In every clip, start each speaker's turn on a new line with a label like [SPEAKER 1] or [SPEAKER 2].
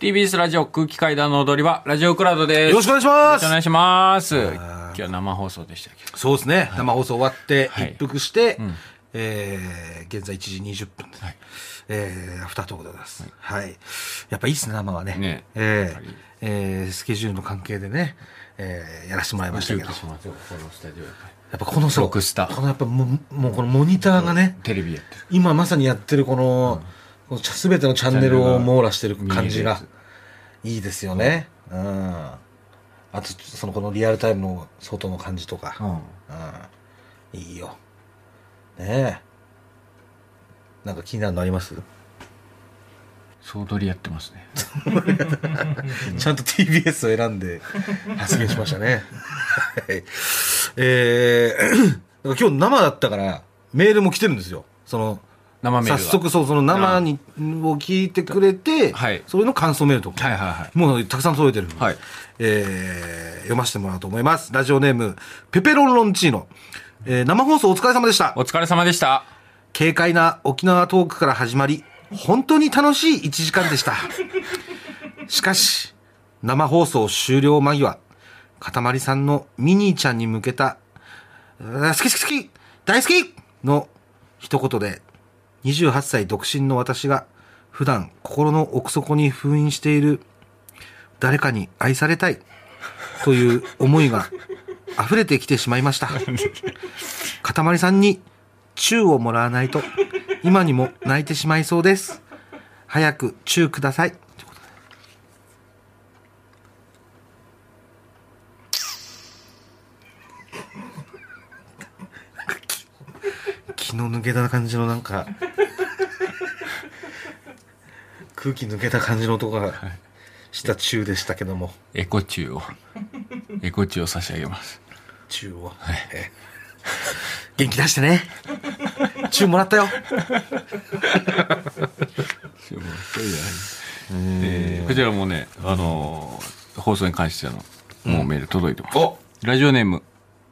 [SPEAKER 1] TBS ラジオ空気階段の踊り場、ラジオクラウドです。
[SPEAKER 2] よろしくお願いします
[SPEAKER 1] よろくお願いします。今日は生放送でしたけど。
[SPEAKER 2] そうですね、生放送終わって
[SPEAKER 1] はい
[SPEAKER 2] 一服して、えー現在1時20分で、えーアフタートークでございます、はいやっぱいいですね生はね
[SPEAKER 1] ね
[SPEAKER 2] えーえースケジュールの関係でね、えーやらせてもらいましたけどや
[SPEAKER 1] ますよ、このスタジオやっぱり
[SPEAKER 2] っぱこの
[SPEAKER 1] ロックスター
[SPEAKER 2] このやっぱもうもうこのモニターがね
[SPEAKER 1] テレビやってる。
[SPEAKER 2] 今まさにやってるこの,、このチャ全てのチャンネルを網羅してる感じが
[SPEAKER 1] チャンネル
[SPEAKER 2] いいですよねうんあとそのこのリアルタイムの外の感じとか、
[SPEAKER 1] ん。
[SPEAKER 2] うんいいよ。ねえ。なんか気になるのあります、
[SPEAKER 1] 総取りやってますね。
[SPEAKER 2] ちゃんと TBS を選んで発言しましたね。はいえー なんか今日生だったからメールも来てるんですよ。その
[SPEAKER 1] 生メール
[SPEAKER 2] 早
[SPEAKER 1] が。
[SPEAKER 2] 速そうその生にを聞いてくれて、
[SPEAKER 1] はい
[SPEAKER 2] それの感想メールとか、
[SPEAKER 1] はいはいはい。
[SPEAKER 2] もうたくさん届いてるんで、
[SPEAKER 1] はい
[SPEAKER 2] えー読ませてもらおうと思います。ラジオネームペペロンロンチーノ、えー生放送お疲れ様でした
[SPEAKER 1] お。疲れ様でした。
[SPEAKER 2] 軽快な沖縄トークから始まり、本当に楽しい1時間でした。しかし、生放送終了間際、かたまりさんのミニーちゃんに向けた、うー好き好き好き大好きの一言で、28歳独身の私が、普段心の奥底に封印している、誰かに愛されたい、という思いが溢れてきてしまいました。かたまりさんにチューをもらわないと今にも泣いてしまいそうです早くチューくださいってことでなんか気気の抜けた感じのなんか空気抜けた感じの音がしたチューでしたけども
[SPEAKER 1] エコチューを。エコチューを差し上げます。
[SPEAKER 2] チューを、ええ元気出してねチューもらったよ
[SPEAKER 1] えーこちらもね、あのー放送に関しての、もうメール届いてます。
[SPEAKER 2] お
[SPEAKER 1] ラジオネーム、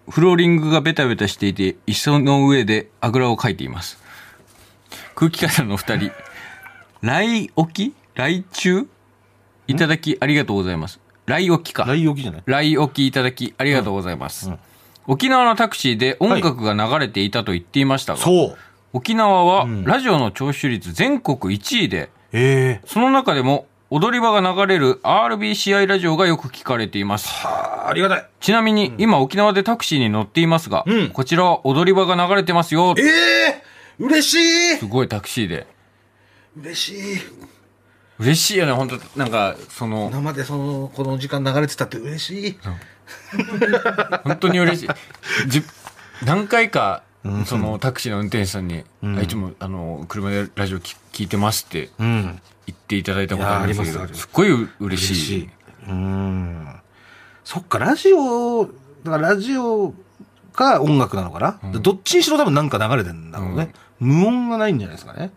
[SPEAKER 1] フローリングがベタベタしていて、磯の上であぐらをかいています。空気階段のお二人、 来沖来中いただきありがとうございます。来沖か。
[SPEAKER 2] イオキじゃない
[SPEAKER 1] 来沖いただきありがとうございます。沖縄のタクシーで音楽が流れていたと言っていましたが、
[SPEAKER 2] そう
[SPEAKER 1] 沖縄はラジオの聴取率全国1位で、
[SPEAKER 2] ええ
[SPEAKER 1] その中でも踊り場が流れる RBCI ラジオがよく聞かれています。
[SPEAKER 2] あありがたい
[SPEAKER 1] ちなみに、今沖縄でタクシーに乗っていますが、
[SPEAKER 2] うん
[SPEAKER 1] こちらは踊り場が流れてますよ。
[SPEAKER 2] ええ嬉し
[SPEAKER 1] す
[SPEAKER 2] い
[SPEAKER 1] ごいタクシーで。
[SPEAKER 2] 嬉しい
[SPEAKER 1] 嬉しいよね、本当なんか、その、
[SPEAKER 2] 生でそのこの時間流れてたって嬉しい
[SPEAKER 1] 本当に嬉し い。じ何回か、そのタクシーの運転手さんに、あいつも、あの、車でラジオき聞いてますって
[SPEAKER 2] うん
[SPEAKER 1] 言っていただいたことあるんですけ
[SPEAKER 2] いやあ
[SPEAKER 1] ど、
[SPEAKER 2] ります
[SPEAKER 1] すっごいう嬉し
[SPEAKER 2] 嬉
[SPEAKER 1] い。
[SPEAKER 2] しいうんそっかラジオだからラジオか音楽なのかな、どっちにしろ多分なんか流れてんだろうね、無音がないんじゃないですかね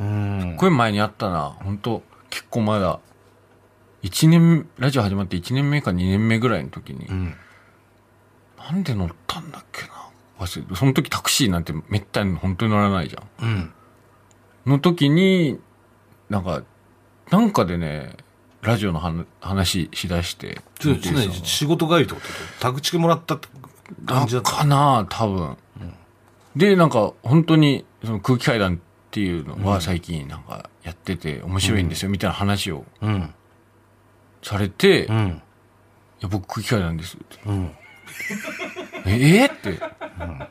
[SPEAKER 2] うん
[SPEAKER 1] これ前にあったな、本当結構まだ、一年、ラジオ始まって1年目か2年目ぐらいの時に、
[SPEAKER 2] ん
[SPEAKER 1] なんで乗ったんだっけな。忘れその時タクシーなんてめったに本当に乗らないじゃん。
[SPEAKER 2] うん
[SPEAKER 1] の時に、なんか、なんかでね、ラジオの話話しだして、
[SPEAKER 2] ちょっと常に仕事帰りってこと宅地区もらったって感じだ
[SPEAKER 1] だ
[SPEAKER 2] った
[SPEAKER 1] かな多分、でなんか本当にその空気階段っていうのは最近なんかやってて面白いんですよみたいな話を
[SPEAKER 2] うん
[SPEAKER 1] されて「
[SPEAKER 2] う
[SPEAKER 1] い
[SPEAKER 2] ん
[SPEAKER 1] や僕空気階段です」って
[SPEAKER 2] うん
[SPEAKER 1] 「ええーって「は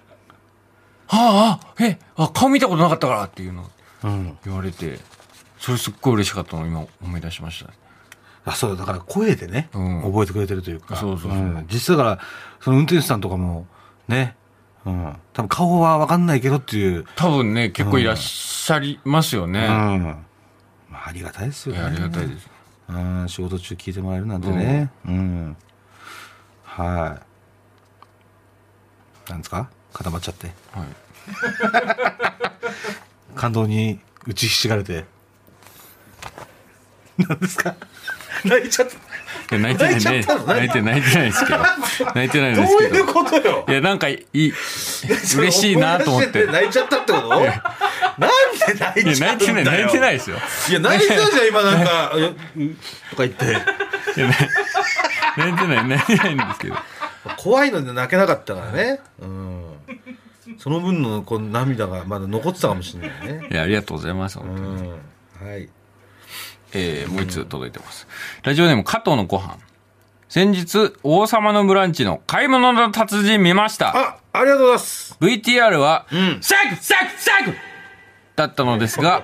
[SPEAKER 1] ああえあ顔見たことなかったから」っていうのを
[SPEAKER 2] うん
[SPEAKER 1] 言われてそれすっごい嬉しかったのを今思い出しましたね
[SPEAKER 2] あそうだから声でね、
[SPEAKER 1] うん
[SPEAKER 2] 覚えてくれてるというか
[SPEAKER 1] そうそうそうん
[SPEAKER 2] 実際だからその運転手さんとかもね、うん、多分顔は分かんないけどっていう、
[SPEAKER 1] 多分ね結構いらっしゃいますよ
[SPEAKER 2] うん
[SPEAKER 1] ね、
[SPEAKER 2] まあ、ありがたいですよ
[SPEAKER 1] い
[SPEAKER 2] ね
[SPEAKER 1] やありがたいです
[SPEAKER 2] うん、仕事中聞いてもらえるなんてねうん、はいなんですか固まっちゃって
[SPEAKER 1] はい
[SPEAKER 2] 感動に 打ちひしがれて何ですか泣いちゃった
[SPEAKER 1] いや泣いてない
[SPEAKER 2] 泣いちゃ
[SPEAKER 1] ね
[SPEAKER 2] ったの
[SPEAKER 1] 泣いてない泣いてないですけど 泣いてない
[SPEAKER 2] どう
[SPEAKER 1] ですけ
[SPEAKER 2] いう
[SPEAKER 1] ど
[SPEAKER 2] ことよ
[SPEAKER 1] いやなんかい い嬉しいなと思っていや
[SPEAKER 2] 泣いちゃったってことなんで泣いちゃ
[SPEAKER 1] 泣
[SPEAKER 2] う
[SPEAKER 1] い
[SPEAKER 2] んだ
[SPEAKER 1] て
[SPEAKER 2] よ
[SPEAKER 1] ない泣いてないですよ
[SPEAKER 2] いや、泣いてたじゃん、今なん か、えうんとか言って。
[SPEAKER 1] いや泣い泣いてない泣いてないんですけど
[SPEAKER 2] 怖いので泣けなかったからね。うん。その分のこう涙がまだ残ってたかもしれないね。
[SPEAKER 1] いやありがとうございます本当に
[SPEAKER 2] うん。はい。
[SPEAKER 1] えーもう一通届いてます。ラジオネーム、加藤のご飯。先日、王様のブランチの買い物の達人見ました。
[SPEAKER 2] あ、ありがとうございます。
[SPEAKER 1] VTR は、
[SPEAKER 2] ん
[SPEAKER 1] セクセクセクだったのです が、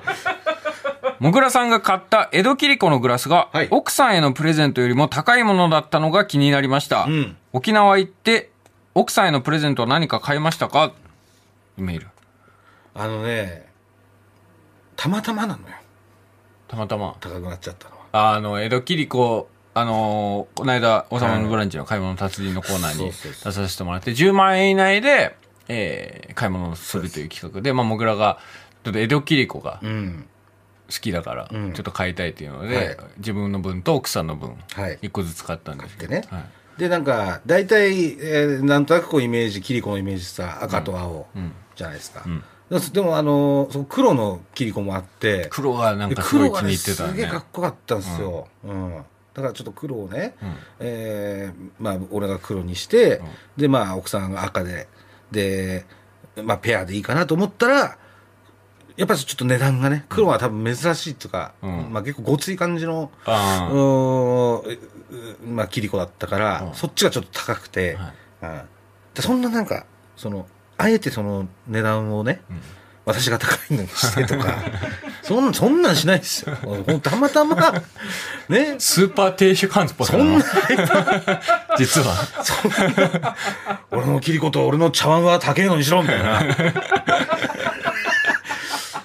[SPEAKER 1] もぐらさんが買った江戸切子のグラスが、
[SPEAKER 2] はい
[SPEAKER 1] 奥さんへのプレゼントよりも高いものだったのが気になりました。
[SPEAKER 2] ん
[SPEAKER 1] 沖縄行って、奥さんへのプレゼントは何か買いましたかメール。
[SPEAKER 2] あのね、たまたまなのよ。
[SPEAKER 1] たまたま。
[SPEAKER 2] 高くなっちゃったのは。
[SPEAKER 1] あの、江戸切子、あのーこの間、王様のブランチの買い物の達人のコーナー
[SPEAKER 2] そ
[SPEAKER 1] に
[SPEAKER 2] う
[SPEAKER 1] 出
[SPEAKER 2] そうそ
[SPEAKER 1] させてもらって、10万円以内で、えー買い物をするという企画で、まあ、もぐらが、ちょっと江戸切子が
[SPEAKER 2] うん。
[SPEAKER 1] 好きだから、
[SPEAKER 2] うん
[SPEAKER 1] ちょっと買いたいっていうので、
[SPEAKER 2] はい
[SPEAKER 1] 自分の分と奥さんの分、
[SPEAKER 2] はい
[SPEAKER 1] 一個ずつ買ったんですけど
[SPEAKER 2] 買ってね
[SPEAKER 1] はい
[SPEAKER 2] で、なんか、大体、えーなんとなくこうイメージ、キリコのイメージさ、赤と青
[SPEAKER 1] うん
[SPEAKER 2] じゃないですか。
[SPEAKER 1] ん
[SPEAKER 2] でもでも、あの、その黒のキリコもあって、
[SPEAKER 1] 黒がなん
[SPEAKER 2] で
[SPEAKER 1] かすご
[SPEAKER 2] 黒
[SPEAKER 1] い気
[SPEAKER 2] が
[SPEAKER 1] に入
[SPEAKER 2] ね
[SPEAKER 1] ってた
[SPEAKER 2] すげえ
[SPEAKER 1] ね
[SPEAKER 2] か。っこよかったんですよ、うんだからちょっと黒をね、
[SPEAKER 1] ん
[SPEAKER 2] えーまあ、俺が黒にして、でまあ奥さんが赤でで、まあ、ペアでいいかなと思ったらやっぱりちょっと値段がね黒は多分珍しいとか、
[SPEAKER 1] うん
[SPEAKER 2] まあ、結構ごつい感じの、
[SPEAKER 1] あー
[SPEAKER 2] うーんまあ、キリコだったから、
[SPEAKER 1] うん
[SPEAKER 2] そっちがちょっと高くて、
[SPEAKER 1] はい
[SPEAKER 2] うんでそんななんかそのあえてその値段をね、
[SPEAKER 1] うん
[SPEAKER 2] 私が高いのにしてとか そんそんなんしないですよほんたまたまね
[SPEAKER 1] スーパー亭主関スポだ
[SPEAKER 2] そん
[SPEAKER 1] な
[SPEAKER 2] な
[SPEAKER 1] 実 は。
[SPEAKER 2] 俺のキリコと俺の茶碗は高いのにしろみたいな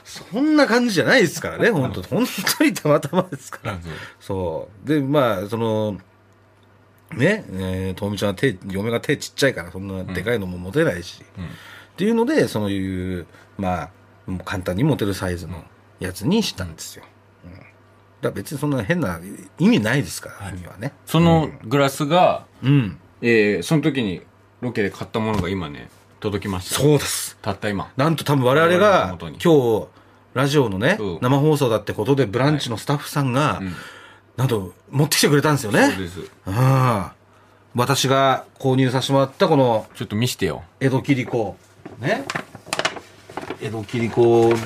[SPEAKER 2] そんな感じじゃないですからね本当本当にたまたまですからそうでまあそのねえー、ともみちゃんは手嫁が手ちっちゃいからそんなでかいのも持てないし、
[SPEAKER 1] うん
[SPEAKER 2] っていうのでそういうまあもう簡単に持てるサイズのやつにしたんですよ、うんだから別にそんな変な意味ないですから、意味はね
[SPEAKER 1] そのグラスが、
[SPEAKER 2] うん
[SPEAKER 1] えーその時にロケで買ったものが今ね、届きました。
[SPEAKER 2] そうです
[SPEAKER 1] たった今。
[SPEAKER 2] なんと多分我々
[SPEAKER 1] 我々の
[SPEAKER 2] が
[SPEAKER 1] 元
[SPEAKER 2] 今
[SPEAKER 1] に
[SPEAKER 2] 日ラジオのね
[SPEAKER 1] うん
[SPEAKER 2] 生放送だってことで「ブランチ」のスタッフさんが、
[SPEAKER 1] うん
[SPEAKER 2] なんと持ってきてくれたんですよ
[SPEAKER 1] そう
[SPEAKER 2] ね
[SPEAKER 1] です。
[SPEAKER 2] うん私が購入させてもらったこの
[SPEAKER 1] ちょっと見してよ。
[SPEAKER 2] 江戸切子ね江戸切子の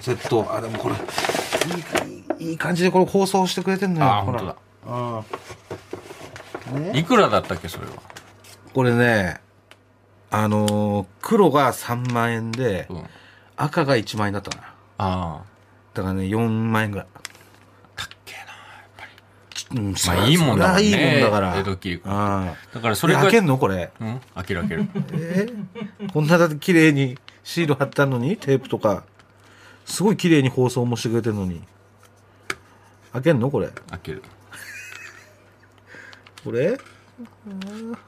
[SPEAKER 2] セットあでもこれいいいいいい感じでこれ包装してくれてんのよ
[SPEAKER 1] あー
[SPEAKER 2] ほら
[SPEAKER 1] 本
[SPEAKER 2] うんね
[SPEAKER 1] いくらだったっけ、それは。
[SPEAKER 2] これねあのー黒が3万円で
[SPEAKER 1] うん。あ
[SPEAKER 2] 赤が1万円だったかな
[SPEAKER 1] あ
[SPEAKER 2] だからね4万円ぐらい
[SPEAKER 1] ー。たっけな。
[SPEAKER 2] ちうん
[SPEAKER 1] まあいいもんだもんね
[SPEAKER 2] そりゃいいもんだから
[SPEAKER 1] 江戸切子
[SPEAKER 2] あ
[SPEAKER 1] だからそ
[SPEAKER 2] そ
[SPEAKER 1] れ
[SPEAKER 2] れ
[SPEAKER 1] が。
[SPEAKER 2] 開けんのこれ
[SPEAKER 1] うん開ける開け る。
[SPEAKER 2] えこんなだって綺麗にシール貼ったのにテープとかすごい綺麗に包装もしてくれてるのに開けんのこれ
[SPEAKER 1] 開ける。
[SPEAKER 2] これうん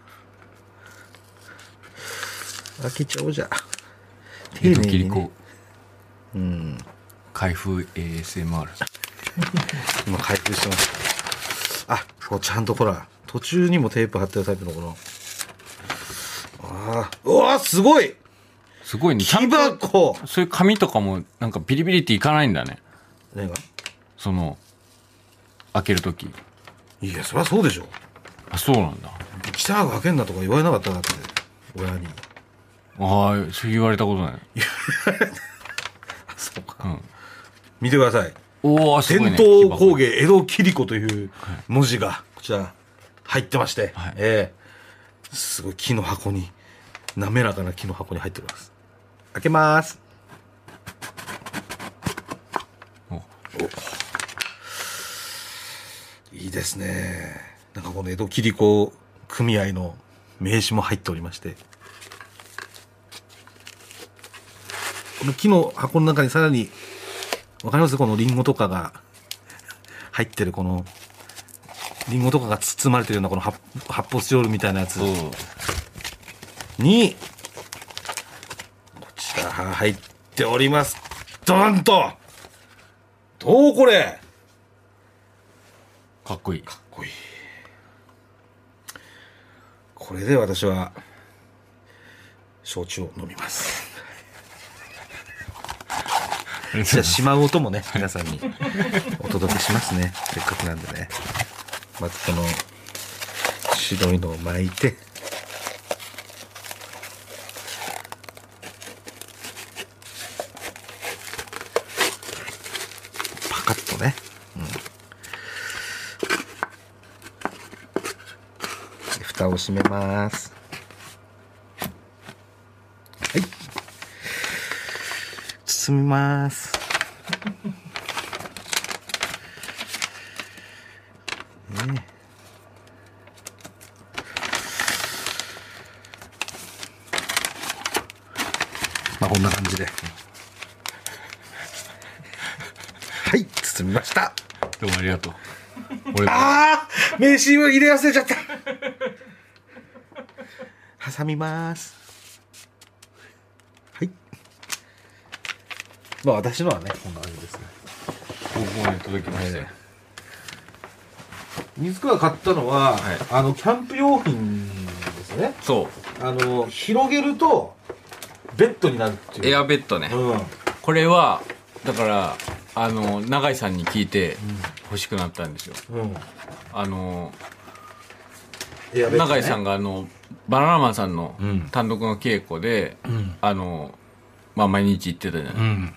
[SPEAKER 2] 開けちゃおうじゃ丁
[SPEAKER 1] 江
[SPEAKER 2] 寧
[SPEAKER 1] 戸切
[SPEAKER 2] に、
[SPEAKER 1] り
[SPEAKER 2] ね
[SPEAKER 1] 子、。開封 ASMR。
[SPEAKER 2] 今開封してますあこうちゃんとほら途中にもテープ貼ってるタイプのこのあーうわーすごい
[SPEAKER 1] すごいね。ちゃ
[SPEAKER 2] 木
[SPEAKER 1] んと、
[SPEAKER 2] 箱
[SPEAKER 1] そういう紙とかもなんかビリビリっていかないんだね。
[SPEAKER 2] 何が
[SPEAKER 1] その、開けるとき。
[SPEAKER 2] いやそりゃそうでしょ
[SPEAKER 1] あ、そうなんだ。
[SPEAKER 2] 汚く開けんなとか言われなかったなって親に
[SPEAKER 1] ああ、そう言われたことない。
[SPEAKER 2] そうか
[SPEAKER 1] うん。
[SPEAKER 2] 見てください
[SPEAKER 1] おお、すごい
[SPEAKER 2] 伝
[SPEAKER 1] ね。
[SPEAKER 2] 統工芸江戸切子という文字がこちら入ってまして、
[SPEAKER 1] はい
[SPEAKER 2] ええすごい木の箱に滑らかな木の箱に入っております開けます
[SPEAKER 1] お
[SPEAKER 2] いいですねなんかこの江戸切子組合の名刺も入っておりましてこの木の箱の中にさらにわかりますこのリンゴとかが入ってるこのリンゴとかが包まれてるようなこの発発泡スチロールみたいなやつ
[SPEAKER 1] うん
[SPEAKER 2] に、こちら入っております。ドーンとどうこれ
[SPEAKER 1] かっこいい。
[SPEAKER 2] こいい。これで私は焼酎を飲みますじゃあしまう音もね皆さんにお届けしますねせっかくなんでねまずこの白いのを巻いてパカッとね、うん、蓋を閉めますはい包みますまあこんな感じで。はい、包みました。
[SPEAKER 1] どうもありがとう。俺も
[SPEAKER 2] ああ、名刺を入れ忘れちゃ った。挟みます。はい。まあ私のはね、こんな感じですね。
[SPEAKER 1] 僕もね、届きましたよ。
[SPEAKER 2] 水川買ったのは、
[SPEAKER 1] はい
[SPEAKER 2] あのキャンプ用品ですね。
[SPEAKER 1] そ
[SPEAKER 2] あの広げるとベッドになるっていう
[SPEAKER 1] う。。エアベッドね。
[SPEAKER 2] うん。
[SPEAKER 1] これは、だから、あの、永井さんに聞いて欲しくなったんですよ。
[SPEAKER 2] うん。
[SPEAKER 1] あの、
[SPEAKER 2] エアベッド、ね。
[SPEAKER 1] 永井さんがあのバナナマンさんの
[SPEAKER 2] うん
[SPEAKER 1] 単独の稽古で、
[SPEAKER 2] ん
[SPEAKER 1] あのまあ、毎日行ってたじゃない、
[SPEAKER 2] うん。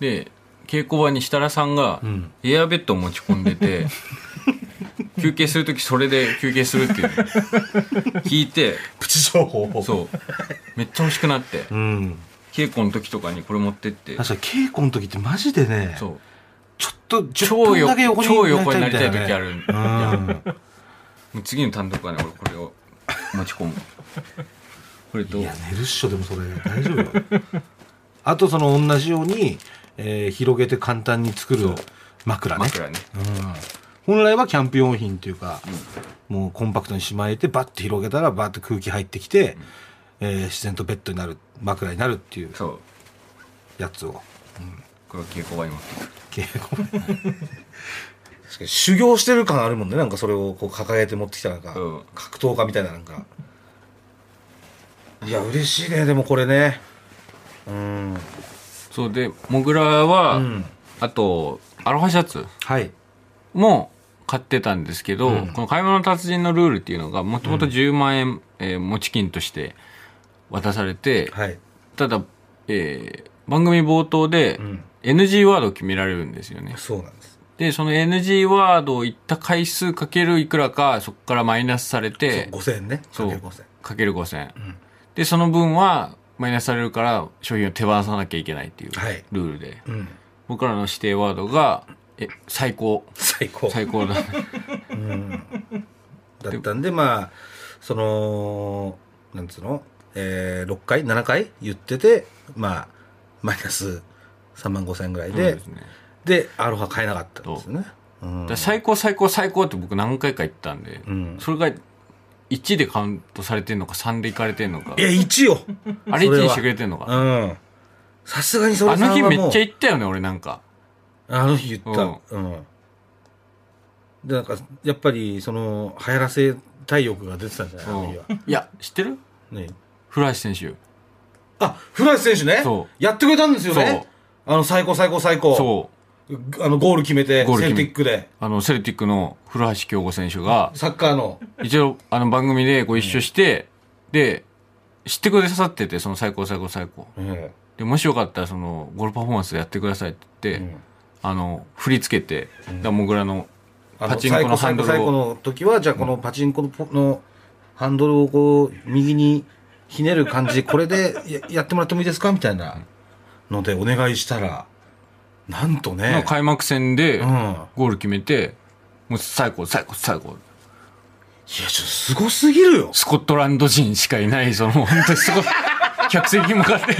[SPEAKER 1] で稽古場に設楽さんが
[SPEAKER 2] ん
[SPEAKER 1] エアベッドを持ち込んで て、休憩する時それで休憩するっていうの聞いて
[SPEAKER 2] プチ情報。
[SPEAKER 1] そうめっちゃ欲しくなって
[SPEAKER 2] うん。
[SPEAKER 1] 稽古の時とかにこれ持ってって
[SPEAKER 2] 確かに稽古の時ってマジでね、
[SPEAKER 1] そう
[SPEAKER 2] ちょっと10
[SPEAKER 1] 超
[SPEAKER 2] 分
[SPEAKER 1] よ
[SPEAKER 2] だけ横に
[SPEAKER 1] 超横になりたい時あ
[SPEAKER 2] る。
[SPEAKER 1] る
[SPEAKER 2] うん
[SPEAKER 1] もう次の単独はね俺これを持ち込むこれと
[SPEAKER 2] いや、寝るっしょ、でもそれ大丈夫よ。あと、その同じように、えー広げて簡単に作る枕ね。
[SPEAKER 1] 枕ね
[SPEAKER 2] うん本来はキャンプ用品っていうか、もうコンパクトにしまえて、バッて広げたら、バッて空気入ってきて、えー自然とベッドになる、枕になるっていう
[SPEAKER 1] そう
[SPEAKER 2] やつを。
[SPEAKER 1] これを稽古場に持ってくる
[SPEAKER 2] 稽古修行してる感あるもんねなんかそれをこう掲げて持ってきたなんか、
[SPEAKER 1] うん
[SPEAKER 2] 格闘家みたいななんかいや嬉しいねでもこれねうん
[SPEAKER 1] そうでモグラは、
[SPEAKER 2] うん
[SPEAKER 1] あとアロハシャツ
[SPEAKER 2] はい
[SPEAKER 1] も買ってたんですけど、
[SPEAKER 2] うん
[SPEAKER 1] この「買い物の達人」のルールっていうのがもともと10万円、えー持ち金として渡されて、
[SPEAKER 2] はい
[SPEAKER 1] ただ、えー番組冒頭で
[SPEAKER 2] ん
[SPEAKER 1] NG ワードを決められるんですよね
[SPEAKER 2] そうなんです
[SPEAKER 1] でその NG ワードを言った回数かけるいくらかそこからマイナスされて
[SPEAKER 2] 5000円ね
[SPEAKER 1] そう
[SPEAKER 2] かける5000
[SPEAKER 1] かける5000、でその分はマイナスされるから商品を手放さなきゃいけないっていう
[SPEAKER 2] はい
[SPEAKER 1] ルールで、
[SPEAKER 2] 円うん
[SPEAKER 1] 僕らの指定ワードが「え最高
[SPEAKER 2] 最高」
[SPEAKER 1] 最高だ
[SPEAKER 2] だったんでまあそのなんつうの、えー、6回7回言っててまあマイナス3万5000円ぐらい
[SPEAKER 1] そう
[SPEAKER 2] で、
[SPEAKER 1] ですね
[SPEAKER 2] でアロハ買えなかったんですよねうん
[SPEAKER 1] だから最高最高最高って僕何回か言ったんで、
[SPEAKER 2] うん
[SPEAKER 1] それが1でカウントされてんのか3でいかれてんのか
[SPEAKER 2] いや、1よ。
[SPEAKER 1] あれ
[SPEAKER 2] そは
[SPEAKER 1] 1にしてくれてんのか
[SPEAKER 2] うん。さすがにそれ
[SPEAKER 1] あ
[SPEAKER 2] さん
[SPEAKER 1] の
[SPEAKER 2] は
[SPEAKER 1] 日
[SPEAKER 2] もう
[SPEAKER 1] めっちゃ言ったよね俺なんか
[SPEAKER 2] あの日言った。うん。で、なんか、やっぱり、その、流行らせたい欲が出てたんじゃないあの日は
[SPEAKER 1] う。んいや知ってる
[SPEAKER 2] ね。
[SPEAKER 1] 古橋選手
[SPEAKER 2] あ、古橋選手ね。
[SPEAKER 1] そう
[SPEAKER 2] やってくれたんですよね。あの、最高、最高、最高。
[SPEAKER 1] そう
[SPEAKER 2] う。あの、ゴール決めて、
[SPEAKER 1] ゴール
[SPEAKER 2] セ
[SPEAKER 1] 決
[SPEAKER 2] ル
[SPEAKER 1] め
[SPEAKER 2] ティックで、
[SPEAKER 1] あのセルティックの古橋京子選手が
[SPEAKER 2] サッカーの。
[SPEAKER 1] 一応あの番組でご一緒して、で知ってくださっててその最高最高最高
[SPEAKER 2] うん。
[SPEAKER 1] でもしよかったらそのゴールパフォーマンスやってくださいって言って、あの振り付けて、だモグラの
[SPEAKER 2] あ
[SPEAKER 1] パチンコのハンドル
[SPEAKER 2] 最高最高最高
[SPEAKER 1] を
[SPEAKER 2] の時はじゃあこのパチンコのポのハンドルをこう右にひねる感じこれ でややってもらってもいいですかみたいなのでお願いしたらなんと
[SPEAKER 1] の
[SPEAKER 2] ね、
[SPEAKER 1] 開幕戦で
[SPEAKER 2] うん、いや
[SPEAKER 1] ゴール決めて、もう最高最高最高
[SPEAKER 2] ちょっとすごすぎるよ
[SPEAKER 1] スコットランド人しかいないその本当にすごい 客席に向かって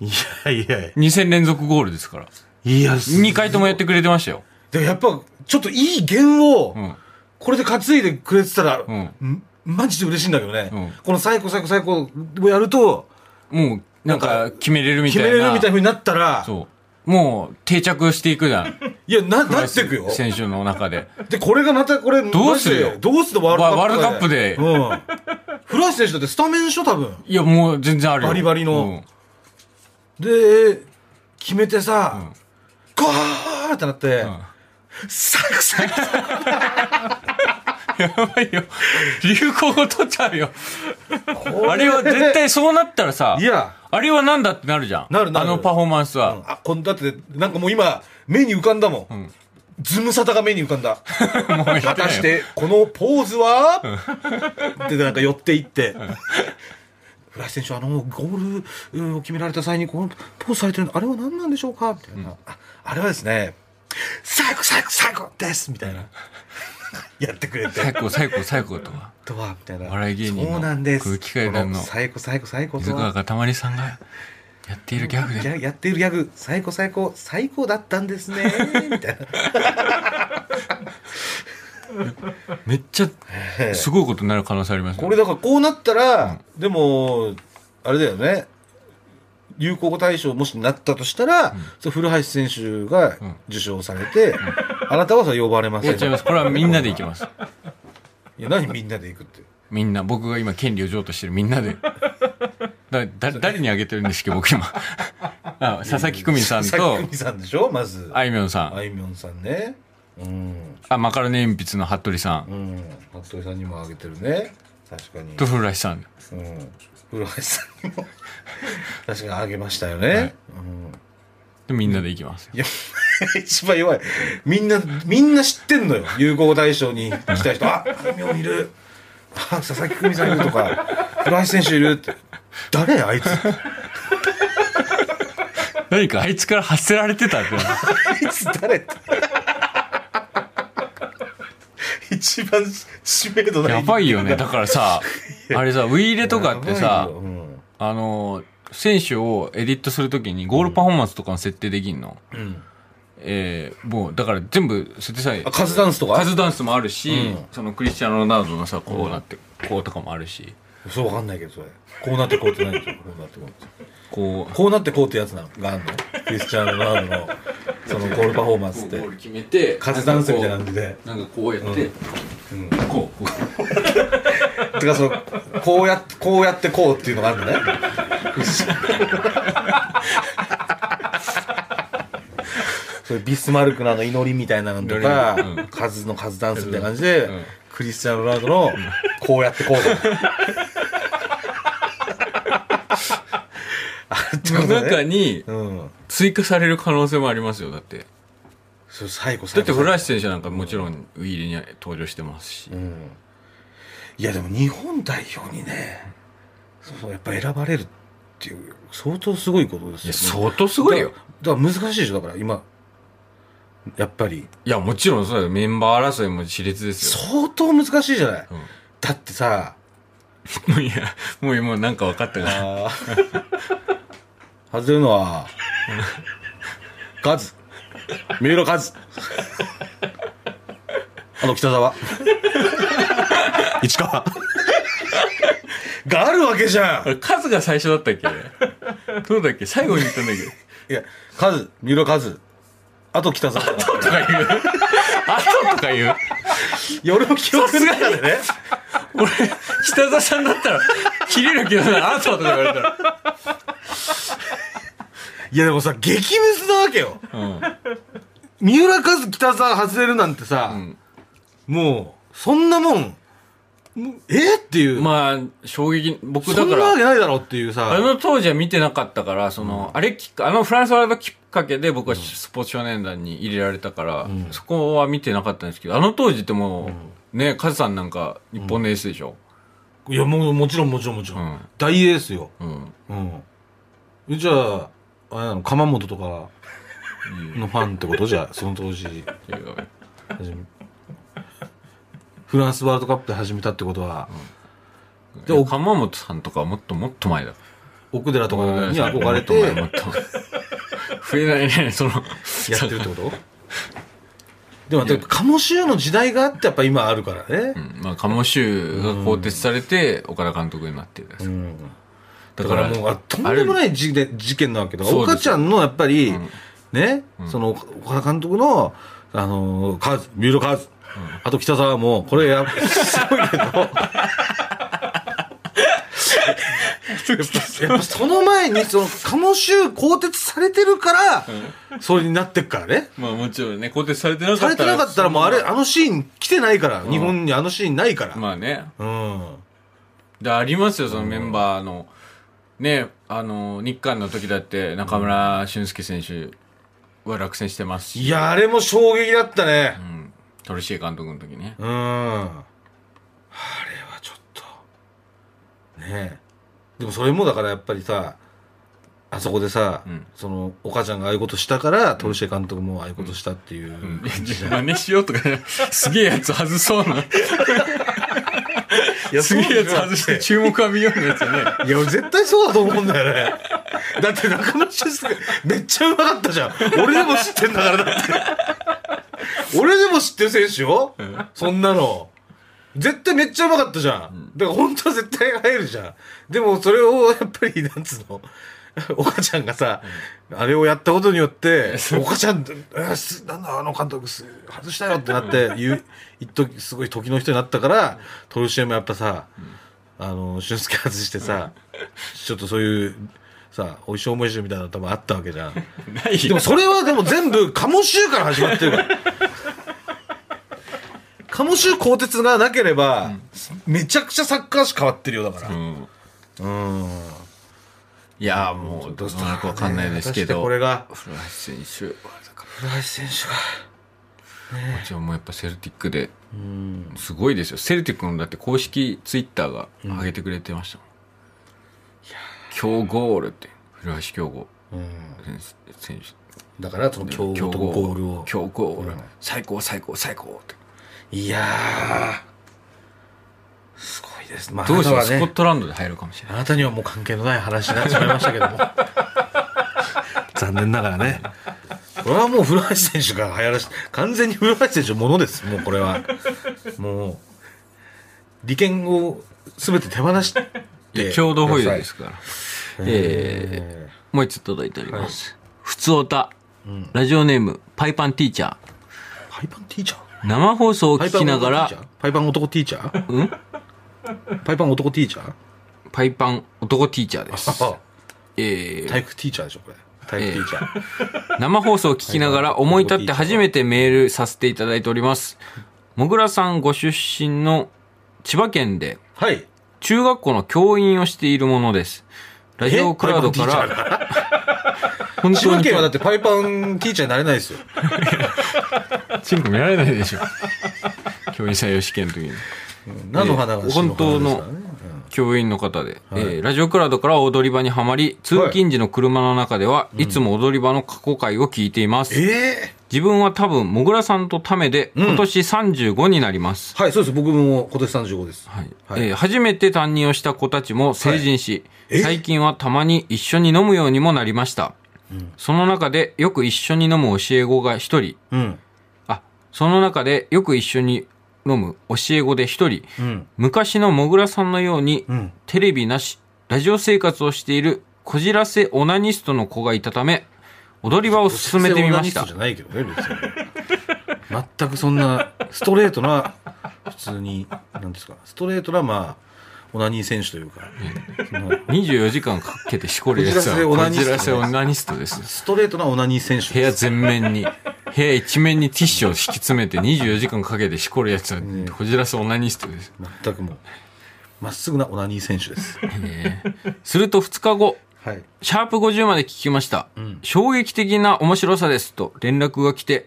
[SPEAKER 2] いやいや
[SPEAKER 1] 2戦連続ゴールですから
[SPEAKER 2] いや
[SPEAKER 1] 2回ともやってくれてましたよ、
[SPEAKER 2] でもやっぱちょっといい弦を
[SPEAKER 1] うん、
[SPEAKER 2] これで担いでくれてたら、
[SPEAKER 1] ん
[SPEAKER 2] んマジで嬉しいんだけどね、
[SPEAKER 1] うん
[SPEAKER 2] この最高最高最高をやると
[SPEAKER 1] もうなん
[SPEAKER 2] な
[SPEAKER 1] か
[SPEAKER 2] んか
[SPEAKER 1] 決めれるみた
[SPEAKER 2] 決
[SPEAKER 1] い
[SPEAKER 2] め
[SPEAKER 1] な
[SPEAKER 2] れるみたいなふうになったら
[SPEAKER 1] そうもう定着していくじゃん
[SPEAKER 2] いや、な、なってくよ。
[SPEAKER 1] 選手の中で。
[SPEAKER 2] で、これがまたこれ、
[SPEAKER 1] どうするよ
[SPEAKER 2] マジでどうするのワールドカップで。
[SPEAKER 1] ワ
[SPEAKER 2] ワールドカップで。うん。古橋選手だってスタメンでしょ、多分。
[SPEAKER 1] いや、もう全然あるよ。
[SPEAKER 2] バリバリので、決めてさ、こーってなって、サクサク
[SPEAKER 1] うん やばいよ。流行語取っちゃうよ。あれは絶対そうなったらさ、
[SPEAKER 2] いや
[SPEAKER 1] あれはなんだってなるじゃん。
[SPEAKER 2] なるなる
[SPEAKER 1] あのパフォーマンスは。
[SPEAKER 2] あ、こんだって、なんかもう今、目に浮かんだもん。ズムサタが目に浮かんだ。
[SPEAKER 1] もうやってないよ
[SPEAKER 2] 果たして、このポーズはってなんか寄っていって。フライ選手、あの、ゴールうんを決められた際に、このポーズされてるの、あれは何なんでしょうかみたいな、あ。あれはですね、最高最高最高ですみたいな。 やってくれて。
[SPEAKER 1] 最高、最高、最高とは。
[SPEAKER 2] とはみたいな。
[SPEAKER 1] 笑い芸人の
[SPEAKER 2] そうなんです。
[SPEAKER 1] 空気階段の
[SPEAKER 2] こ最高最高最高
[SPEAKER 1] 水
[SPEAKER 2] と
[SPEAKER 1] 川
[SPEAKER 2] は。
[SPEAKER 1] かたまりさんがやっているギャグ
[SPEAKER 2] ギ
[SPEAKER 1] で。
[SPEAKER 2] ャやってるギャグ、最高最高最高だったんですね。みたいな。
[SPEAKER 1] めっちゃ、すごいことになる可能性あります
[SPEAKER 2] これ
[SPEAKER 1] だ。
[SPEAKER 2] だからこうなったら、でも、あれだよね。流行語大賞もしなったとしたら、そう古橋選手が受賞されて、あなたはそれ呼ばれませ
[SPEAKER 1] や
[SPEAKER 2] ん。
[SPEAKER 1] っちゃいます。これはみんなで行き
[SPEAKER 2] す。
[SPEAKER 1] ます。
[SPEAKER 2] いや、何みんなで行くって。
[SPEAKER 1] みんな、僕が今権利を譲渡してるみんな で。だ、だ、誰にあげてるんですっけ、僕今。あ佐々木久美さん
[SPEAKER 2] 佐々
[SPEAKER 1] と
[SPEAKER 2] 木、久美さんでしょまず。
[SPEAKER 1] あいみょんさん
[SPEAKER 2] あ。いみょんさんね。うん。
[SPEAKER 1] あ、マカロニ鉛筆の服部さん。
[SPEAKER 2] うん。服部さんにもあげてるね。確かに。
[SPEAKER 1] と、古橋さん。
[SPEAKER 2] うん。古橋さんにも。確かにあげましたよね。
[SPEAKER 1] はい
[SPEAKER 2] うん。
[SPEAKER 1] で、みんなで行きます。
[SPEAKER 2] いや、 一番弱い。みんな、みんな知ってんのよ。有効大賞に来た人。あ、あいみょんいる。あ、佐々木久美さんいるとか、古橋選手いるって。誰あいつ。あ
[SPEAKER 1] 何かあいつから発せられてたって。
[SPEAKER 2] いつ誰って。一番知名度ない。
[SPEAKER 1] やばいよね。だからさ、あれさ、ウイイレとかって
[SPEAKER 2] やば
[SPEAKER 1] さ
[SPEAKER 2] いよ、うん
[SPEAKER 1] あの、選手をエディットするときにゴールパフォーマンスとかの設定できんの、
[SPEAKER 2] うん。
[SPEAKER 1] えーもう、だから全部設定さえ
[SPEAKER 2] あ、、カズダンスとか
[SPEAKER 1] カズダンスもあるし、
[SPEAKER 2] うん
[SPEAKER 1] そのクリスチャーノ・ロナウドのさ、こうなって、こうとかもあるし、
[SPEAKER 2] そうわかんないけど、それ。こうなってこうってないでしょ。こうなってこうって。
[SPEAKER 1] こう、
[SPEAKER 2] こうなってこうってやつなのがあんのクリスチャーノ・ロナウドの、そのゴールパフォーマンス
[SPEAKER 1] こうゴ
[SPEAKER 2] っ
[SPEAKER 1] ー
[SPEAKER 2] て。
[SPEAKER 1] ル決めて、
[SPEAKER 2] カズダンスみたいな感じで。
[SPEAKER 1] なんかこう、なんかこうやって、
[SPEAKER 2] うん
[SPEAKER 1] こう、こ
[SPEAKER 2] てかそのこうやってこうやってこうっていうのがある のねそれビスマルクのあの祈りみたいなのとか、
[SPEAKER 1] 祈りうん
[SPEAKER 2] カズのカズダンスみたいな感じで、
[SPEAKER 1] ん
[SPEAKER 2] クリスチャン・ロナウドのこうやってこうと あってこ
[SPEAKER 1] う。
[SPEAKER 2] とね
[SPEAKER 1] の中に
[SPEAKER 2] うん
[SPEAKER 1] 追加される可能性もありますよ、だって。
[SPEAKER 2] それ最後
[SPEAKER 1] だ
[SPEAKER 2] 最
[SPEAKER 1] って
[SPEAKER 2] 後
[SPEAKER 1] 古橋選手なんかもちろんウイイレに登場してますし、
[SPEAKER 2] うんいやでも日本代表にねそうそうやっぱ選ばれるっていう相当すごいことです
[SPEAKER 1] いや
[SPEAKER 2] よね
[SPEAKER 1] 相当すごいよ
[SPEAKER 2] だからだから難しいでしょだから今やっぱり
[SPEAKER 1] いやもちろんそうだよメンバー争いも熾烈ですよ
[SPEAKER 2] 相当難しいじゃない、
[SPEAKER 1] うん
[SPEAKER 2] だってさ
[SPEAKER 1] もういやもうもうなんか分かったから
[SPEAKER 2] あー 外れるのはカズ三浦カズあの北 沢市川があるわけじゃん
[SPEAKER 1] あれ数が最初だった っけどうだっけ最後に言ったんだっけど
[SPEAKER 2] いや、カズ、三浦カズ。あと北沢。
[SPEAKER 1] とか言う あととか言う
[SPEAKER 2] いや、俺も記憶の中でね。
[SPEAKER 1] 俺北澤さんだったら切れるけどなあととか言われたら
[SPEAKER 2] いや、でもさ、激ムズなわけよ。
[SPEAKER 1] うん
[SPEAKER 2] 三浦カズ、北沢外れるなんてさ、
[SPEAKER 1] ん
[SPEAKER 2] もう、そんなもん、もうえっていう。
[SPEAKER 1] まあ衝撃僕
[SPEAKER 2] そ
[SPEAKER 1] だ
[SPEAKER 2] ん
[SPEAKER 1] か
[SPEAKER 2] なわ
[SPEAKER 1] ら
[SPEAKER 2] けないだろうっていう
[SPEAKER 1] あ
[SPEAKER 2] さ。
[SPEAKER 1] の当時は見てなかったから、その、あれきっか、あのフランスワールドきっかけで僕はスポーツ少年団に入れられたから、そこは見てなかったんですけど、あの当時ってもう、ね、カズさんなんか日本のエースでしょ。
[SPEAKER 2] いや、もう、もちろん、もちろん、もちろん。
[SPEAKER 1] うん
[SPEAKER 2] 大エースよ。
[SPEAKER 1] うん。
[SPEAKER 2] うん。えじゃあ、あれなの、鎌本とかのファンってことじゃあ、その当時。
[SPEAKER 1] いやいや
[SPEAKER 2] 始めフランスワールドカップで始めたってことは、で
[SPEAKER 1] いや
[SPEAKER 2] お
[SPEAKER 1] 鎌本さんとかはもっともっと前だ。
[SPEAKER 2] 奥寺とかに憧れ
[SPEAKER 1] もっ
[SPEAKER 2] て
[SPEAKER 1] と 前もっと増えないね、その、
[SPEAKER 2] やってるってことでも、鴨州の時代があってやっぱ今あるからね
[SPEAKER 1] う。ん、まあ、鴨州が更迭されて、岡田監督になってるやつ
[SPEAKER 2] うん
[SPEAKER 1] だ
[SPEAKER 2] だ
[SPEAKER 1] か
[SPEAKER 2] かららもう、あとんでもない事件事件なわけど、
[SPEAKER 1] そうです
[SPEAKER 2] 岡ちゃんのやっぱり、ね、その岡田監督の、あのー、カーズ、三浦カーズ、あと北沢も、これ や、すごいけど。やっぱやっぱその前にその鴨州更迭されてるから、それになってっからね
[SPEAKER 1] まあもちろんね、肯定されてなかった
[SPEAKER 2] さ
[SPEAKER 1] ら。
[SPEAKER 2] れてなかったらもうあれあのシーン来てないから、日本にあのシーンないから、
[SPEAKER 1] まあね。
[SPEAKER 2] うん
[SPEAKER 1] で、ありますよ、そのメンバーの。ね、あの、日韓の時だって中村俊輔選手は落選してますし、
[SPEAKER 2] いやあれも衝撃だったね
[SPEAKER 1] うん、トルシエ監督の時ね。
[SPEAKER 2] うん、あれはちょっとねえでもそれもだからやっぱりさあそこでさ、
[SPEAKER 1] ん
[SPEAKER 2] その岡ちゃんがああいうことしたからトルシエ監督もああいうことしたっていう、
[SPEAKER 1] いや自分真似しようとか、すげえやつ外そうな。
[SPEAKER 2] いや
[SPEAKER 1] すげえやつ外して注目浴びようなやつね。
[SPEAKER 2] いや、俺絶対そうだと思うんだよね。だって中村俊輔、めっちゃうまかったじゃん。俺でも知ってんだから、だって。俺でも知ってる選手よ。そんなの。絶対めっちゃうまかったじゃん。だから本当は絶対入るじゃん。でもそれをやっぱり、なんつうの。 岡ちゃんがさ、あれをやったことによ って、岡ちゃん、えすなんだあの監督す、外したよってなって、言う、一時、すごい時の人になったから、トルシエもやっぱさ、あの、俊介外してさ、ちょっとそういう、さ、おいしい思いしてみたいなの多分あったわけじゃん。
[SPEAKER 1] ない
[SPEAKER 2] で
[SPEAKER 1] よ
[SPEAKER 2] も。それはでも全部、鴨州から始まってるから。鴨州鋼鉄がなければ、めちゃくちゃサッカー史変わってるよ、だから。
[SPEAKER 1] うん
[SPEAKER 2] うん。
[SPEAKER 1] いやーもう、どうしかわかんないですけ
[SPEAKER 2] 果たして
[SPEAKER 1] ど。
[SPEAKER 2] これが、
[SPEAKER 1] 古橋選手、ワールドカップ
[SPEAKER 2] 古橋選手が。
[SPEAKER 1] もちろんもうやっぱセルティックで、すごいですよ。セルティックのだって公式ツイッターが上げてくれてましたもん。強豪ールって、古橋強豪選手選手。
[SPEAKER 2] だから、その強豪とゴールを。
[SPEAKER 1] 強豪ール。最高最高最高って。
[SPEAKER 2] いやー、すごいです。まあ、
[SPEAKER 1] どうしよう、
[SPEAKER 2] あなた
[SPEAKER 1] ス
[SPEAKER 2] は
[SPEAKER 1] コ
[SPEAKER 2] ね
[SPEAKER 1] ットランドで入るかもしれない。
[SPEAKER 2] あなたにはもう関係のない話になってしまいましたけども。 残念ながらね。これはもう古橋選手が流行らし、完全に古橋選手のものです。もうこれは。もう、利権を全て手放して。。
[SPEAKER 1] 共同保有ですすから。えー、もう一つ届いております。ふつおた、ラジオネーム、パイパンティーチャー。
[SPEAKER 2] パイパンティーチャー
[SPEAKER 1] 生放送を
[SPEAKER 2] パイ
[SPEAKER 1] 聞
[SPEAKER 2] パ
[SPEAKER 1] き
[SPEAKER 2] ン
[SPEAKER 1] なが
[SPEAKER 2] 男
[SPEAKER 1] ら
[SPEAKER 2] ティーチャ、ーパイパン男ティーチャー
[SPEAKER 1] うん
[SPEAKER 2] パイパン男ティーチャー
[SPEAKER 1] パイパン男ティーチャーです。
[SPEAKER 2] あ
[SPEAKER 1] えー
[SPEAKER 2] 体育ティーチャーでしょ、これ。体育ティーチャー。
[SPEAKER 1] 生放送を聞きながら思い立って初めてメールさせていただいております。もぐらさんご出身の千葉県で
[SPEAKER 2] はい。
[SPEAKER 1] 中学校の教員をしているものです。ラジオクラウドから
[SPEAKER 2] ら。
[SPEAKER 1] 本
[SPEAKER 2] 千
[SPEAKER 1] 当
[SPEAKER 2] 葉
[SPEAKER 1] に
[SPEAKER 2] 県はだってパイパンティーチャーになれないですよ。
[SPEAKER 1] チンコ見られないでしょ。 教員採用試験の時に。
[SPEAKER 2] 菜の花が死
[SPEAKER 1] 本当の
[SPEAKER 2] 花ですからね
[SPEAKER 1] 教員の方で、えーラジオクラウドから踊り場にはまり、通勤時の車の中では、いつも踊り場の過去回を聞いています。
[SPEAKER 2] ええ
[SPEAKER 1] 自分は多分、もぐらさんとためで、今年35になります。
[SPEAKER 2] はい、そうです。僕も今年35です。
[SPEAKER 1] はい
[SPEAKER 2] はい
[SPEAKER 1] えー初めて担任をした子たちも成人し、
[SPEAKER 2] はいえ
[SPEAKER 1] 最近はたまに一緒に飲むようにもなりました、その中でよく一緒に飲む教え子が一人
[SPEAKER 2] うん。
[SPEAKER 1] あその中でよく一緒に飲む教え子で一人、
[SPEAKER 2] うん。
[SPEAKER 1] 昔のもぐらさんのように、
[SPEAKER 2] うん。
[SPEAKER 1] テレビなしラジオ生活をしているこじらせオナニストの子がいたため踊り場を進めてみました
[SPEAKER 2] オナニストじゃないけどね、別に。全くそんな、ストレートな、普通に、なんですか、ストレートな、まあ、オナニー選手というか、その
[SPEAKER 1] 24時間かけてしこるやつは
[SPEAKER 2] こ
[SPEAKER 1] こ
[SPEAKER 2] じ
[SPEAKER 1] じ
[SPEAKER 2] ら
[SPEAKER 1] ら
[SPEAKER 2] せ
[SPEAKER 1] せ
[SPEAKER 2] オ
[SPEAKER 1] オナニストです
[SPEAKER 2] ストレートなオナニー選手
[SPEAKER 1] 部
[SPEAKER 2] で
[SPEAKER 1] 屋
[SPEAKER 2] す。
[SPEAKER 1] 全面に、部屋一面にティッシュを敷き詰めて24時間かけてしこるやつは、こじらすオナニストです。
[SPEAKER 2] 全くもう、まっすぐなオナニー選手です。
[SPEAKER 1] すると2日後、
[SPEAKER 2] はい。
[SPEAKER 1] シャープ50まで聞きました。衝撃的な面白さですと連絡が来て、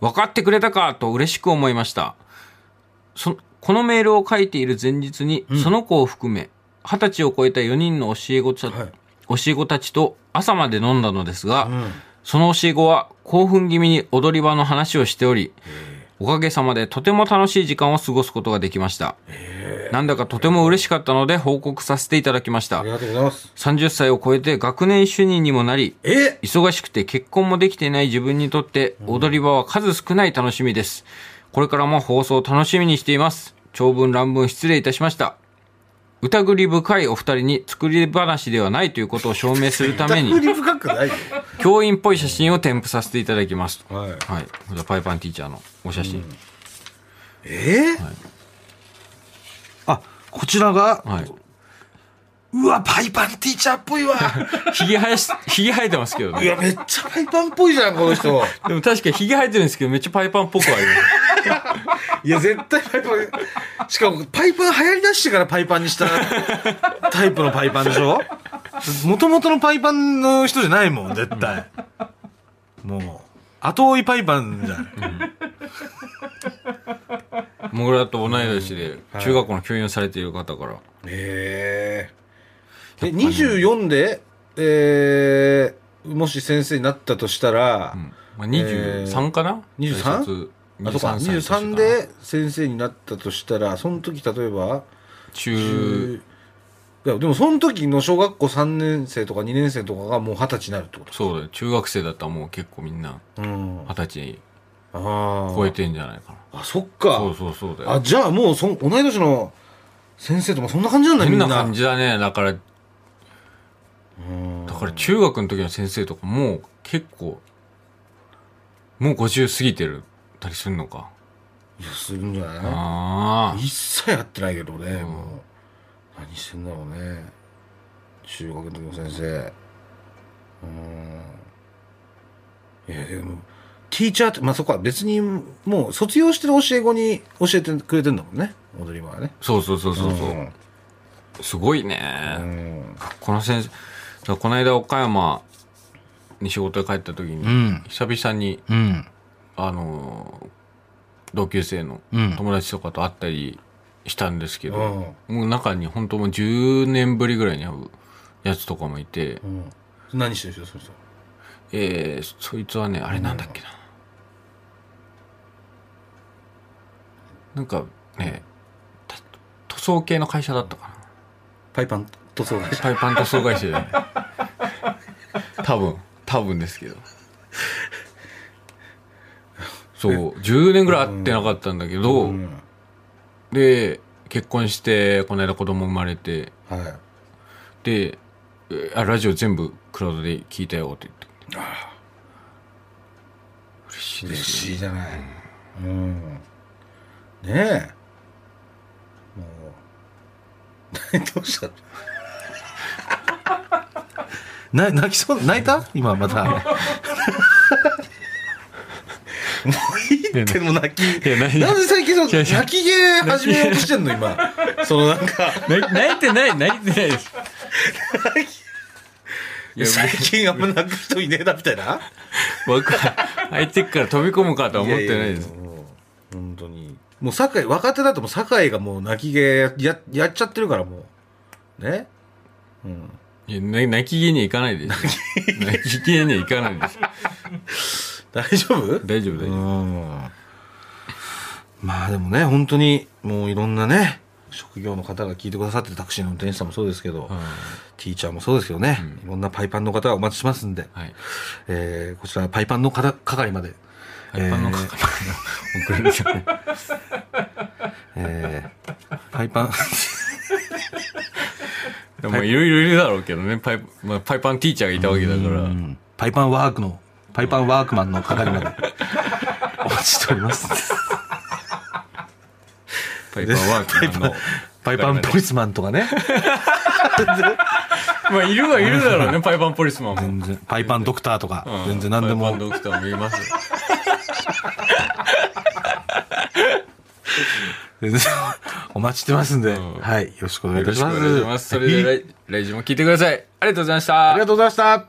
[SPEAKER 1] 分かってくれたかと嬉しく思いました。そこのメールを書いている前日に、その子を含め、20歳を超えた4人の教え子た,、
[SPEAKER 2] はい
[SPEAKER 1] 教え子たちと朝まで飲んだのですが、
[SPEAKER 2] うん。
[SPEAKER 1] その教え子は興奮気味に踊り場の話をしており、おかげさまでとても楽しい時間を過ごすことができました。なんだかとても嬉しかったので報告させていただきました
[SPEAKER 2] あり。がとうございます。
[SPEAKER 1] 30歳を超えて学年主任にもなり、
[SPEAKER 2] え
[SPEAKER 1] 忙しくて結婚もできていない自分にとって踊り場は数少ない楽しみです。これからも放送を楽しみにしています。長文乱文失礼いたしました。疑り深いお二人に作り話ではないということを証明するために、
[SPEAKER 2] に深くないよ。
[SPEAKER 1] 教員っぽい写真を添付させていただきますと。
[SPEAKER 2] はい
[SPEAKER 1] はい。これはパイパンティーチャーのお写真。
[SPEAKER 2] えーあ、こちらが、
[SPEAKER 1] はい。
[SPEAKER 2] うわ、パイパンティーチャーっぽい わ。
[SPEAKER 1] ひげ生やし、ひげ生えてますけど
[SPEAKER 2] い
[SPEAKER 1] ね。
[SPEAKER 2] や、めっちゃパイパンっぽいじゃん、この人。
[SPEAKER 1] でも確かにひげ生えてるんですけど、めっちゃパイパンっぽくはあります。
[SPEAKER 2] いや、絶対パイパン。しかも、パイパン流行り出してからパイパンにしたタイプのパイパンでしょもともとのパイパンの人じゃないもん、絶対。もう、後追いパイパンじゃん。
[SPEAKER 1] もぐらと同い年で、中学校の教員をされている方から。
[SPEAKER 2] へえ。え、24で、えー、もし先生になったとしたら、
[SPEAKER 1] まあ、23かな、
[SPEAKER 2] えー 23? あ、そうか、
[SPEAKER 1] 歳の年かな
[SPEAKER 2] 23で先生になったとしたら、その時例えば、
[SPEAKER 1] 中、
[SPEAKER 2] いやでもその時の小学校3年生とか2年生とかがもう二十歳になるってこと
[SPEAKER 1] そうだよ。中学生だったらもう結構みんな、
[SPEAKER 2] うんあ
[SPEAKER 1] 二十
[SPEAKER 2] あ
[SPEAKER 1] 歳超えてんじゃないか
[SPEAKER 2] あそっ
[SPEAKER 1] な。
[SPEAKER 2] か
[SPEAKER 1] そうそうそうだ
[SPEAKER 2] あ
[SPEAKER 1] よ。
[SPEAKER 2] じゃあもうそん同い年の先生ともそんな感じなんだみ
[SPEAKER 1] 変
[SPEAKER 2] んな
[SPEAKER 1] な感じだね。だから、
[SPEAKER 2] うん
[SPEAKER 1] だから中学の時の先生とかもう結構、もう50過ぎてるたりするのか。
[SPEAKER 2] いやするんじゃな
[SPEAKER 1] あ
[SPEAKER 2] い一切会ってないけど俺、
[SPEAKER 1] ん
[SPEAKER 2] もう何してんだろうね中学の時の先生うんいやでもティーチャーってまあそこは別にもう卒業してる教え子に教えてくれてんだもんね踊り場はね
[SPEAKER 1] あ。そうそうそうそうそう、
[SPEAKER 2] ん
[SPEAKER 1] すごいうね。
[SPEAKER 2] ん
[SPEAKER 1] この先生、だからこの間岡山に仕事で帰った時に、
[SPEAKER 2] うん
[SPEAKER 1] 久々に、
[SPEAKER 2] うん
[SPEAKER 1] あのー同級生の
[SPEAKER 2] うん
[SPEAKER 1] 友達とかと会ったりしたんですけ
[SPEAKER 2] う
[SPEAKER 1] ど、もう中に本当もう10年ぶりぐらいに会うやつとかもいて、
[SPEAKER 2] ん何してる人その人
[SPEAKER 1] えー、そいつはねあれなんだっけな、なんかねた塗装系の会社だったかな
[SPEAKER 2] パイパン塗装会社
[SPEAKER 1] パイパン塗装会社じゃない多分多分ですけどそう10年ぐらい会ってなかったんだけど、
[SPEAKER 2] うん
[SPEAKER 1] で結婚してこの間子供生まれて
[SPEAKER 2] は
[SPEAKER 1] でえあラジオ全部クラウドで聞いたよって言って嬉し
[SPEAKER 2] い
[SPEAKER 1] いで
[SPEAKER 2] 嬉
[SPEAKER 1] すね
[SPEAKER 2] しいじゃないうんねえもう どうしたな泣きそう泣いた今またもういいってもう泣き
[SPEAKER 1] いやない
[SPEAKER 2] なんで最近その
[SPEAKER 1] いやいや
[SPEAKER 2] 泣き芸始めようとしてんの今そのなんか
[SPEAKER 1] 泣泣いてない泣いてないですいや
[SPEAKER 2] 最近あんま泣く人いねえなみたいな
[SPEAKER 1] 僕は入ってっから飛び込むかとは思ってないです
[SPEAKER 2] やややもう本当にもう酒井若手だともう酒井がもう泣き芸ややっちゃってるからもうねうん
[SPEAKER 1] いやな泣き気に行かないです泣き気に行かないです
[SPEAKER 2] 大丈夫
[SPEAKER 1] 大丈夫大丈
[SPEAKER 2] う
[SPEAKER 1] 夫
[SPEAKER 2] んまあでもね本当にもういろんなね職業の方が聞いてくださってるタクシーの運転手さんもそうですけど、
[SPEAKER 1] うん
[SPEAKER 2] ティーチャーもそうですけどね、いろんなパイパンの方がお待ちしますんで、
[SPEAKER 1] はい
[SPEAKER 2] えーこちらパイパンの方係まで、
[SPEAKER 1] 一般の方々送るんですよね
[SPEAKER 2] えーパイパン
[SPEAKER 1] でもいろいろいるだろうけどねパイ,、まあ、パイパンティーチャーがいたわけだから
[SPEAKER 2] うんパイパンワークの、パイパンワークマンの係までお待ちしております。
[SPEAKER 1] パイパンワークマンの
[SPEAKER 2] パイパンポリスマンとかね、
[SPEAKER 1] まあいるはいるだろうねパイパンポリスマンも
[SPEAKER 2] 全然、パイパンドクターとか、全然何で
[SPEAKER 1] パイ
[SPEAKER 2] も
[SPEAKER 1] パン、ドクターもいますよ
[SPEAKER 2] 全然お待ちしてますんで、
[SPEAKER 1] ん
[SPEAKER 2] はい、よろしくお願いいたし
[SPEAKER 1] よ
[SPEAKER 2] ま
[SPEAKER 1] ろし
[SPEAKER 2] す。
[SPEAKER 1] くお願いしますそれ
[SPEAKER 2] はい
[SPEAKER 1] で来来週も聞いてくださいありがとうございました
[SPEAKER 2] ありがとうございました。